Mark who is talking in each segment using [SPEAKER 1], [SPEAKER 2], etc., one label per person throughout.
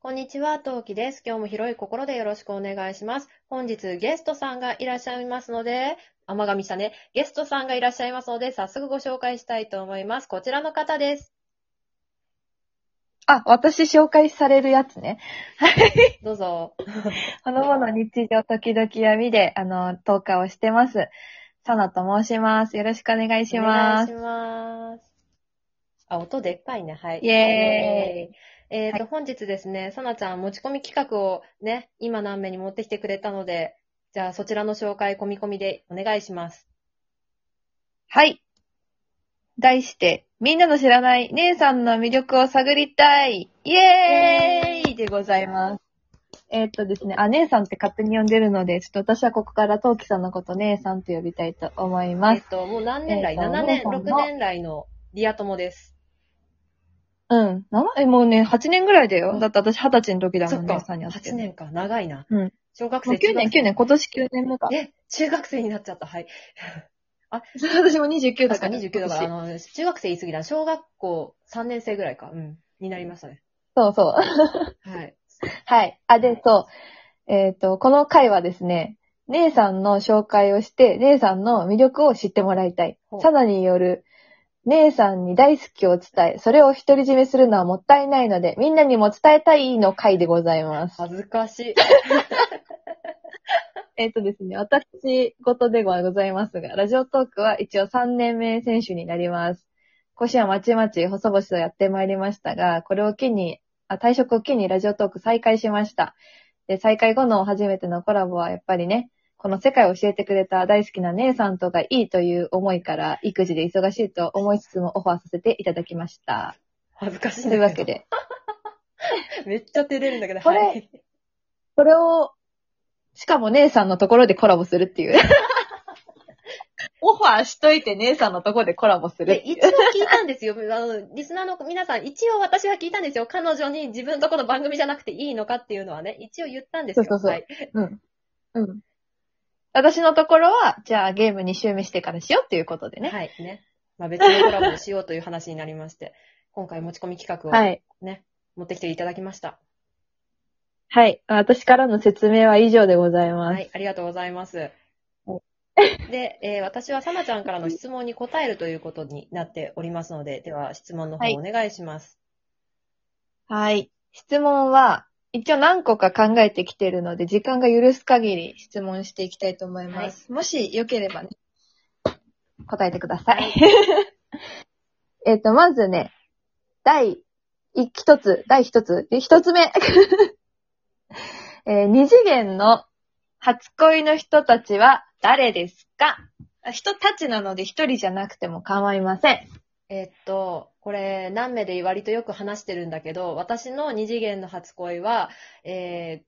[SPEAKER 1] こんにちは、トウキです。今日も広い心でよろしくお願いします。本日ゲストさんがいらっしゃいますので、甘神したね。ゲストさんがいらっしゃいますので、早速ご紹介したいと思います。こちらの方です。
[SPEAKER 2] あ、私紹介されるやつね。
[SPEAKER 1] どうぞ。
[SPEAKER 2] ほのぼの日常時々闇で、あの、投下をしてます。サナと申します。よろしくお願いしま
[SPEAKER 1] お願い
[SPEAKER 2] す。
[SPEAKER 1] します。あ、音でっかいね。はい。
[SPEAKER 2] イエ
[SPEAKER 1] イエーイ。えっ、と、
[SPEAKER 2] は
[SPEAKER 1] 本日ですね、さなちゃん持ち込み企画をね、今何名に持ってきてくれたので、じゃあそちらの紹介込み込みでお願いします。
[SPEAKER 2] はい。題して、みんなの知らない姉さんの魅力を探りたいイエーイでございます。えーっとですね、あ、姉さんって勝手に呼んでるので、ちょっと私はここからトウキさんのこと姉さんと呼びたいと思いま
[SPEAKER 1] えっ
[SPEAKER 2] す。
[SPEAKER 1] と、もう何年来、
[SPEAKER 2] えーと
[SPEAKER 1] ?7 年、
[SPEAKER 2] お姉さんの
[SPEAKER 1] 6年来のリア友です。
[SPEAKER 2] うん。名前もうね、8年ぐらいだよ。だって私20歳の時だ
[SPEAKER 1] そ
[SPEAKER 2] も
[SPEAKER 1] っ
[SPEAKER 2] ん、
[SPEAKER 1] か、
[SPEAKER 2] 姉さんに会って。
[SPEAKER 1] 8年か、長いな。
[SPEAKER 2] うん
[SPEAKER 1] 小学
[SPEAKER 2] も
[SPEAKER 1] 生
[SPEAKER 2] う9年、9。
[SPEAKER 1] 中
[SPEAKER 2] 年、今年9年目か
[SPEAKER 1] 学。生え、中学生になっちゃった。はい。
[SPEAKER 2] 私も29だ
[SPEAKER 1] 確か
[SPEAKER 2] から。
[SPEAKER 1] 29だから、あの、中学生言い過ぎだ。小学校3年生ぐらいか。うん。になりましたね。
[SPEAKER 2] そうそう。
[SPEAKER 1] はい。
[SPEAKER 2] はい。あ、で、そう。えっ、と、この回はですね、姉さんの紹介をして、姉さんの魅力を知ってもらいたい
[SPEAKER 1] ほう。
[SPEAKER 2] サナによる、姉さんに大好きを伝え、それを独り占めするのはもったいないので、みんなにも伝えたいの回でございます。
[SPEAKER 1] 恥ずかしい。
[SPEAKER 2] えっ、とですね、私事ではございますが、ラジオトークは一応3年目選手になります。甲子園はまちまち細々とやってまいりましたが、これを機に、あ退職を機にラジオトーク再開しました。で、再開後の初めてのコラボはやっぱりね、この世界を教えてくれた大好きな姉さんとがいいという思いから、育児で忙しいと思いつつもオファーさせていただきました。
[SPEAKER 1] 恥ずかしいん
[SPEAKER 2] と
[SPEAKER 1] だけど。
[SPEAKER 2] いうわけで、
[SPEAKER 1] めっちゃ照れるんだけど、
[SPEAKER 2] これ
[SPEAKER 1] はい。
[SPEAKER 2] これを、しかも姉さんのところでコラボするっていう。 オファーしといて姉さんのところでコラボする
[SPEAKER 1] で
[SPEAKER 2] ってい
[SPEAKER 1] 一
[SPEAKER 2] う
[SPEAKER 1] 応聞いたんですよ。 あの、リスナーの皆さん、一応私は聞いたんですよ。彼女に自分とこの番組じゃなくていいのかっていうのはね、一応言ったんですよ。
[SPEAKER 2] そうそうそう
[SPEAKER 1] はい。
[SPEAKER 2] うん。うん。私のところは、じゃあゲーム2周目してからしようっていうことでね。
[SPEAKER 1] はい。ね。まあ別のコラボをしようという話になりまして、今回持ち込み企画を
[SPEAKER 2] はい。
[SPEAKER 1] 持ってきていただきました。
[SPEAKER 2] はい。私からの説明は以上でございます。
[SPEAKER 1] はい、ありがとうございます
[SPEAKER 2] は。
[SPEAKER 1] で、えー私はさなちゃんからの質問に答えるということになっておりますので、では質問の方
[SPEAKER 2] はい
[SPEAKER 1] お願いします。
[SPEAKER 2] はい。質問は、一応何個か考えてきてるので、時間が許す限り質問していきたいと思います。もしよければね、答えてください。 えっと、まずね、第一一つ、第一つ、え一つ目。 えー二次元の初恋の人たちは誰ですかあ人たちなので一人じゃなくても構いません。
[SPEAKER 1] えーっと、これ、何目で割とよく話してるんだけど、私の二次元の初恋は、え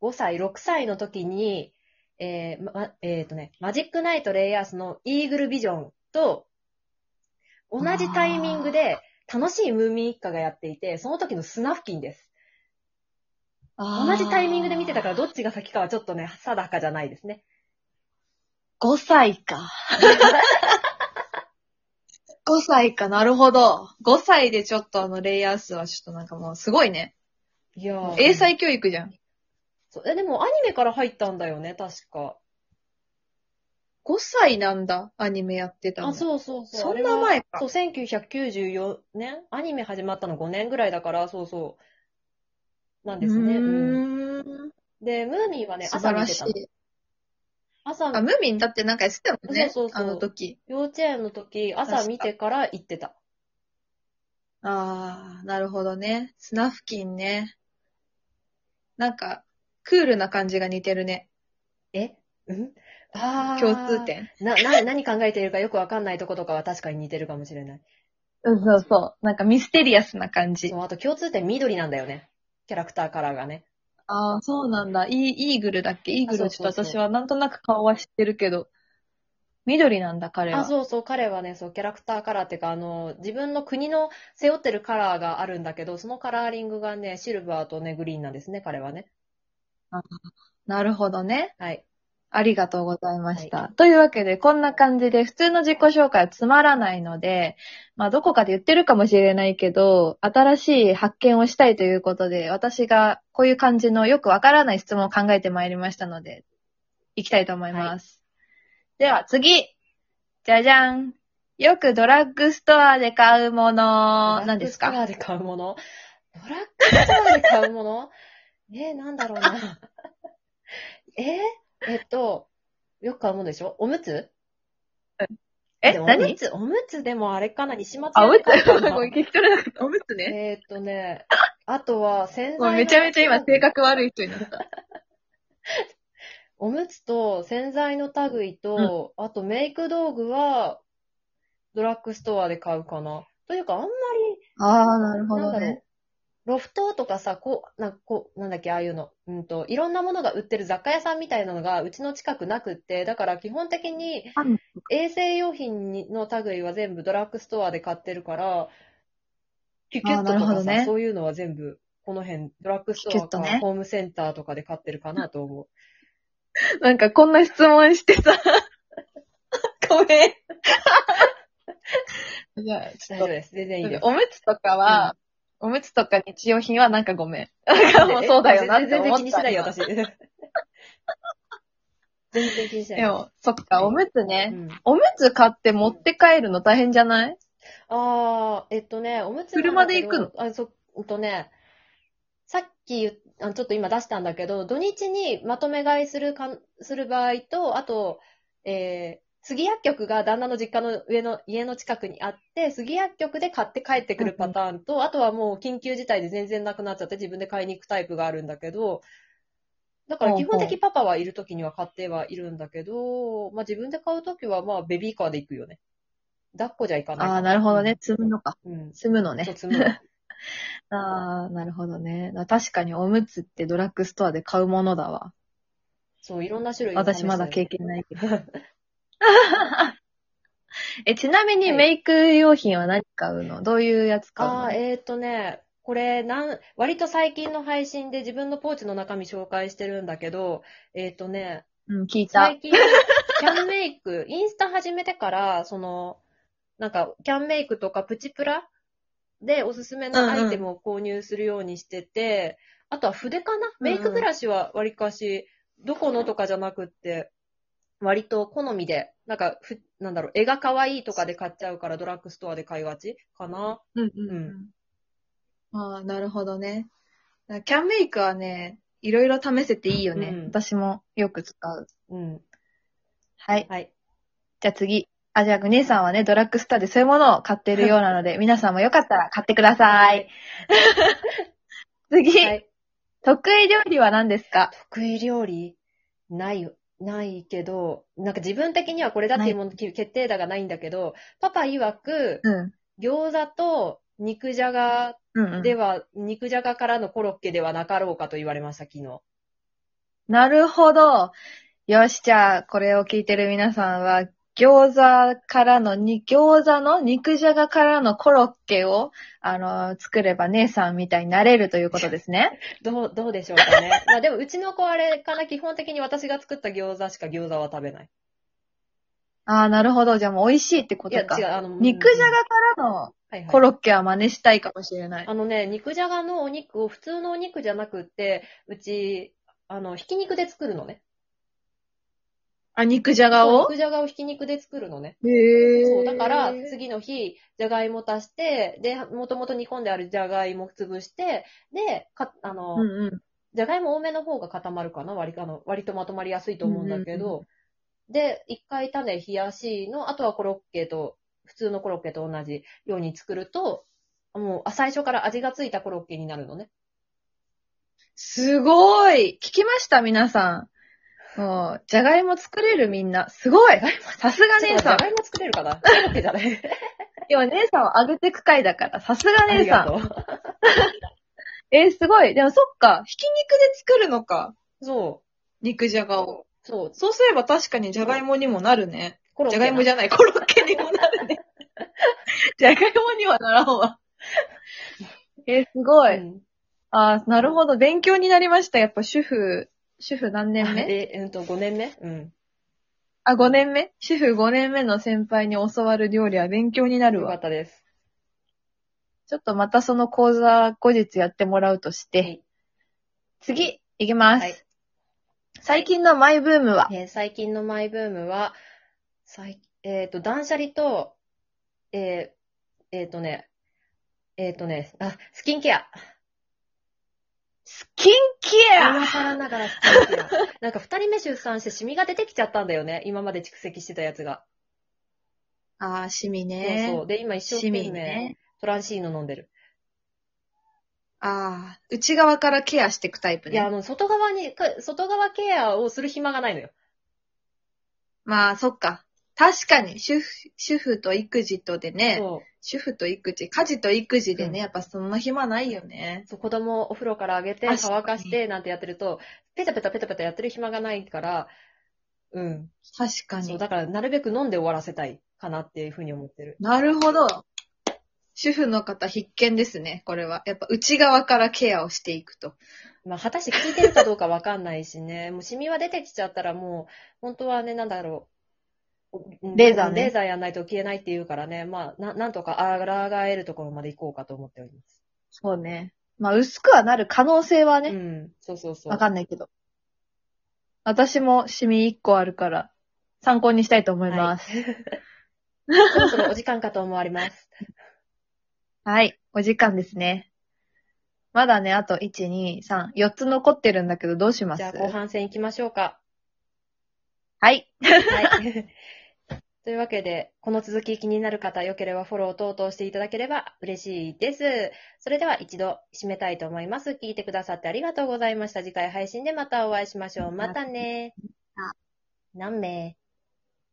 [SPEAKER 1] ー5歳、6歳の時に、えーま、えーっとね、マジックナイトレイヤースのイーグルビジョンと、同じタイミングで、楽しいムーミン一家がやっていて、その時の砂付近です。同じタイミングで見てたから、どっちが先かはちょっとね、定かじゃないですね。
[SPEAKER 2] 5歳か。5歳か、なるほど。5歳でちょっとあの、レイヤースはちょっとなんかもうすごいね。
[SPEAKER 1] いやー
[SPEAKER 2] 英才教育じゃん。
[SPEAKER 1] そうえ、でもアニメから入ったんだよね、確か。
[SPEAKER 2] 5歳なんだ、アニメやってたの。
[SPEAKER 1] あ、そうそうそう。
[SPEAKER 2] そんな前か
[SPEAKER 1] あれはそう、1994年アニメ始まったの5年ぐらいだから、そうそう。なんですね。う
[SPEAKER 2] う
[SPEAKER 1] ん
[SPEAKER 2] ーん。
[SPEAKER 1] で、ムーミンはね、
[SPEAKER 2] 素
[SPEAKER 1] 朝
[SPEAKER 2] 晴
[SPEAKER 1] 見
[SPEAKER 2] ら
[SPEAKER 1] て
[SPEAKER 2] した
[SPEAKER 1] の。
[SPEAKER 2] い。
[SPEAKER 1] 朝
[SPEAKER 2] あ、、ムーミンだってなんかやってたもんね。
[SPEAKER 1] そうそうそう
[SPEAKER 2] あの時。
[SPEAKER 1] 幼稚園の時、朝見てから行ってた。
[SPEAKER 2] あー、なるほどね。砂付近ね。なんか、クールな感じが似てるね。
[SPEAKER 1] えうんああ。
[SPEAKER 2] 共通。点。
[SPEAKER 1] な、 な、何考えているかよくわかんないとことかは確かに似てるかもしれない。
[SPEAKER 2] うん、そうそう。なんかミステリアスな感じ
[SPEAKER 1] そ。う、あと共通点緑なんだよね。キャラクターカラーがね。
[SPEAKER 2] ああ、そうなんだ。イーイーグルだっけイーグ
[SPEAKER 1] あ
[SPEAKER 2] ルち
[SPEAKER 1] そ
[SPEAKER 2] ょ
[SPEAKER 1] う
[SPEAKER 2] っ
[SPEAKER 1] そ
[SPEAKER 2] と
[SPEAKER 1] うそう
[SPEAKER 2] 私はなんとなく顔は知ってるけど。緑なんだ、彼は。
[SPEAKER 1] あ、そうそう、彼はね、そう、キャラクターカラーっていうか、あの、自分の国の背負ってるカラーがあるんだけど、そのカラーリングがね、シルバーとね、グリーンなんですね、彼はね。
[SPEAKER 2] なるほどね。
[SPEAKER 1] はい。
[SPEAKER 2] ありがとうございました。というわけで、こんな感じで、普通の自己紹介はつまらないので、まあ、どこかで言ってるかもしれないけど、新しい発見をしたいということで、私がこういう感じのよくわからない質問を考えてまいりましたので、いきたいと思います。では、次じゃじゃんよくドラッグストアで買うもの、何です
[SPEAKER 1] ド
[SPEAKER 2] か
[SPEAKER 1] ラッグストアで買うものドラッグストアで買うもの えー、なんだろうな。 えーえっと、よく買うものでしょおむつ
[SPEAKER 2] え、
[SPEAKER 1] でもおむ
[SPEAKER 2] 何
[SPEAKER 1] つ、おむつでもあれかな西松
[SPEAKER 2] あ、お
[SPEAKER 1] 屋
[SPEAKER 2] む
[SPEAKER 1] で
[SPEAKER 2] つ
[SPEAKER 1] 買うかな
[SPEAKER 2] ごめん聞き取れなかった。おむつ
[SPEAKER 1] え
[SPEAKER 2] ね。
[SPEAKER 1] ーっとね、あとは洗剤
[SPEAKER 2] もう
[SPEAKER 1] の。
[SPEAKER 2] めちゃめちゃ今性格悪い人になった。
[SPEAKER 1] おむつと洗剤の類と、あとメイク道具は、ドラッグストアで買うかな。というか、あんまり、
[SPEAKER 2] ああ、なるほ
[SPEAKER 1] なん
[SPEAKER 2] ど
[SPEAKER 1] だろ
[SPEAKER 2] ね。
[SPEAKER 1] う。ロフトとかさ、こう、なんかこう、なんだっけ、ああいうの。うんと、いろんなものが売ってる雑貨屋さんみたいなのが、うちの近くなくって、だから基本的に
[SPEAKER 2] パン
[SPEAKER 1] 衛生用品にの類は全部ドラッグストアで買ってるから、キュキュット
[SPEAKER 2] あーな
[SPEAKER 1] と
[SPEAKER 2] るほ
[SPEAKER 1] か
[SPEAKER 2] ど
[SPEAKER 1] さ、
[SPEAKER 2] ね
[SPEAKER 1] そういうのは全部、この辺、ドラッグス
[SPEAKER 2] キ
[SPEAKER 1] ト
[SPEAKER 2] ュキュ
[SPEAKER 1] ア
[SPEAKER 2] ット
[SPEAKER 1] か、
[SPEAKER 2] ね
[SPEAKER 1] ホームセンターとかで買ってるかなと思う。
[SPEAKER 2] なんかこんな質問してさ、 ごめん。じゃあ、ち
[SPEAKER 1] 大丈
[SPEAKER 2] ょっ
[SPEAKER 1] 夫です。全然いいです。
[SPEAKER 2] と、おむつとかは、おむつとか日用品はなんかごめん。なんかもう そうだよなって
[SPEAKER 1] 全然
[SPEAKER 2] 思った。
[SPEAKER 1] 気にしない よ、私。 全然気にしない。
[SPEAKER 2] でも、そっか、おむつ
[SPEAKER 1] う
[SPEAKER 2] ね。
[SPEAKER 1] ん
[SPEAKER 2] おむつ買って持って帰るの大変じゃない
[SPEAKER 1] ああ、えっとね、おむつなんだけど
[SPEAKER 2] 車で行
[SPEAKER 1] あ、そ、うんとね、さっき言っあ、ちょっと今出したんだけど、土日にまとめ買いするかん、する場合と、あと、えー、杉薬局が旦那の実家の上の家の近くにあって、杉薬局で買って帰ってくるパターンと、あとはもう緊急事態で全然なくなっちゃって自分で買いに行くタイプがあるんだけど、だから基本
[SPEAKER 2] ほうほ
[SPEAKER 1] 的パパはいるときには買ってはいるんだけど、まあ自分で買うときはまあベビーカーで行くよね。抱っこじゃ行かない
[SPEAKER 2] あ
[SPEAKER 1] か
[SPEAKER 2] あ、なるほどね。積むのか。
[SPEAKER 1] うん。
[SPEAKER 2] 積むのね
[SPEAKER 1] そう。積 むの。
[SPEAKER 2] ああ、なるほどね。確かにおむつってドラッグストアで買うものだわ。
[SPEAKER 1] そう、いろんな種類
[SPEAKER 2] 私まだ経
[SPEAKER 1] ケ
[SPEAKER 2] 験ないけど。 え、ちなみにメイク用品は何買うの、どういうやつ買うの
[SPEAKER 1] あー、えーっとね、これ、なん、割と最近の配信で自分のポーチの中身紹介してるんだけど、えーっとね、
[SPEAKER 2] うん、聞いた。
[SPEAKER 1] 最近、キャンメイク、インスタ始めてから、その、なんか、キャンメイクとかプチプラでおすすめのアイテムを購入するようにしてて、あとは筆かなメイクブラシは割かし、どこのとかじゃなくって、割と好みで、なんかふ、なんだろう、絵が可愛いとかで買っちゃうからドラッグストアで買いがちかな。
[SPEAKER 2] うんうんん。ああ、なるほどね。キャンメイクはね、いろいろ試せていいよね。
[SPEAKER 1] うん
[SPEAKER 2] 私もよく使う。
[SPEAKER 1] うん。
[SPEAKER 2] はい。
[SPEAKER 1] はい。
[SPEAKER 2] じゃあ次。あ、じゃあ、グネさんはね、ドラッグストアでそういうものを買ってるようなの で、皆さんもよかったら買ってください。 次、
[SPEAKER 1] はい。
[SPEAKER 2] 得意料理は何ですか
[SPEAKER 1] 得意料理ないよ、ないけど、なんか自分的にはこれだっていうもの決定打がないんだけど、パパ曰く、
[SPEAKER 2] うん。
[SPEAKER 1] 餃子と肉じゃが
[SPEAKER 2] うん、うん。
[SPEAKER 1] では、肉じゃがからのコロッケではなかろうかと言われました、昨日。
[SPEAKER 2] なるほど。よし、じゃあ、これを聞いてる皆さんは、餃子からのに、餃子の肉じゃがからのコロッケを、あの、作れば姉さんみたいになれるということですね。
[SPEAKER 1] どう、どうでしょうか ね。まあでも、うちの子あれかな、基本的に私が作った餃子しか餃子は食べない。
[SPEAKER 2] ああ、なるほど。じゃあもう美味しいってこ
[SPEAKER 1] いや、
[SPEAKER 2] とか
[SPEAKER 1] 違う、。あの、
[SPEAKER 2] 肉じゃがからの
[SPEAKER 1] はいはい
[SPEAKER 2] コロッケは真似したいかもしれない。
[SPEAKER 1] あのね、肉じゃがのお肉を普通のお肉じゃなくって、うち、あの、ひき肉で作るのね。
[SPEAKER 2] あ、肉じゃが
[SPEAKER 1] そう
[SPEAKER 2] を
[SPEAKER 1] 肉じゃがをひき肉で作るのね。
[SPEAKER 2] へえ
[SPEAKER 1] そう、だから、次の日、じゃがいも足して、で、もともと煮込んであるじゃがいも潰して、で、か、あの、
[SPEAKER 2] うんうん。
[SPEAKER 1] じゃがいも多めの方が固まるかな割りあの割とまとまりやすいと思うんだけど、
[SPEAKER 2] うんうん
[SPEAKER 1] で、一回種冷やしの、あとはコロッケと、普通のコロッケと同じように作ると、もうあ最初から味がついたコロッケになるのね。
[SPEAKER 2] すごい聞きました、皆さん。もう、じゃがいも作れるみんな。すごいさすが
[SPEAKER 1] ちょっ
[SPEAKER 2] 姉
[SPEAKER 1] とじゃ
[SPEAKER 2] さん
[SPEAKER 1] が。いも作れるかなコロッケじゃない。
[SPEAKER 2] 今姉さんを上げてく回だから、さすが
[SPEAKER 1] あり
[SPEAKER 2] 姉
[SPEAKER 1] が
[SPEAKER 2] さん。
[SPEAKER 1] とう。
[SPEAKER 2] えーすごい。でもそっか、ひき肉で作るのか。
[SPEAKER 1] そ
[SPEAKER 2] 肉じゃがを。
[SPEAKER 1] う。そう。
[SPEAKER 2] そうすれば確かにじゃがいもにもなるね。
[SPEAKER 1] コロッ
[SPEAKER 2] じ
[SPEAKER 1] ケ
[SPEAKER 2] ゃ
[SPEAKER 1] な。
[SPEAKER 2] がいもじゃない、コロッケにもな るね。じゃがいもにはならんわ。えーすごい。
[SPEAKER 1] うん
[SPEAKER 2] あーなるほど。勉強になりました。やっぱ主婦、主婦何年目
[SPEAKER 1] え、うんと、5年目うん。
[SPEAKER 2] あ、5年目主婦5年目の先輩に教わる料理は勉強になる
[SPEAKER 1] よか
[SPEAKER 2] わ
[SPEAKER 1] っ。たです。
[SPEAKER 2] ちょっとまたその講座後日やってもらうとして、
[SPEAKER 1] はい
[SPEAKER 2] 次、いきます、
[SPEAKER 1] はい
[SPEAKER 2] 最近のマイブームは、
[SPEAKER 1] えー最近のマイブームは、最えっ、と、断捨離と、えーえっ、とね、えっ、とね、あ、スキンケア。
[SPEAKER 2] スキンケ
[SPEAKER 1] 今
[SPEAKER 2] ア
[SPEAKER 1] 更ながらスキンケア。なんか二人目出産してシミが出てきちゃったんだよね。今まで蓄積してたやつが。
[SPEAKER 2] あー、趣味ね。
[SPEAKER 1] そうそう。で、今一生懸
[SPEAKER 2] 趣味
[SPEAKER 1] 命
[SPEAKER 2] ね。
[SPEAKER 1] トランシーノ飲んでる。
[SPEAKER 2] あー、内側からケアしていくタイプ
[SPEAKER 1] いや、あ
[SPEAKER 2] ね。
[SPEAKER 1] の、外側に、か外側ケアをする暇がないのよ。
[SPEAKER 2] まあ、そっか。確かに、主婦、主婦と育児とでね、
[SPEAKER 1] そう。
[SPEAKER 2] 主婦と育児、家事と育児でね、
[SPEAKER 1] うん
[SPEAKER 2] やっぱそんな暇ないよね。
[SPEAKER 1] そう子供をお風呂からあげて、
[SPEAKER 2] 確かに
[SPEAKER 1] 乾かして、なんてやってると、ペタペタペタペタやってる暇がないから、うん。
[SPEAKER 2] 確か
[SPEAKER 1] そう、
[SPEAKER 2] に。
[SPEAKER 1] だから、なるべく飲んで終わらせたいかなっていうふうに思ってる。
[SPEAKER 2] なるほど。主婦の方必見ですね、これは。やっぱ内側からケアをしていくと。
[SPEAKER 1] まあ、果たして聞いてるかどうかわかんないしね。もう、シミは出てきちゃったらもう、本当はね、なんだろう。うん
[SPEAKER 2] レーザーね
[SPEAKER 1] レーザーやんないと消えないっていうからね。まあ、な、なんとか、あらがえるところまで行こうかと思っております。
[SPEAKER 2] そうね。まあ、薄くはなる可能性は
[SPEAKER 1] う
[SPEAKER 2] ね、
[SPEAKER 1] ん。そうそうそう。
[SPEAKER 2] わかんないけど。私もシミ1個あるから、参考にしたいと思います。はい。
[SPEAKER 1] そろそろお時間かと思われ ます。
[SPEAKER 2] お時間ですね。まだね、あと1、2、3、4つ残ってるんだけど、どうします
[SPEAKER 1] じゃあ後半戦行きましょうか。
[SPEAKER 2] はい。
[SPEAKER 1] はい。 というわけで、この続き気になる方、よければフォロー等々していただければ嬉しいです。それでは一度締めたいと思います。聞いてくださってありがとうございました。次回配信でまたお会いしましょう。またね。
[SPEAKER 2] あ
[SPEAKER 1] 何名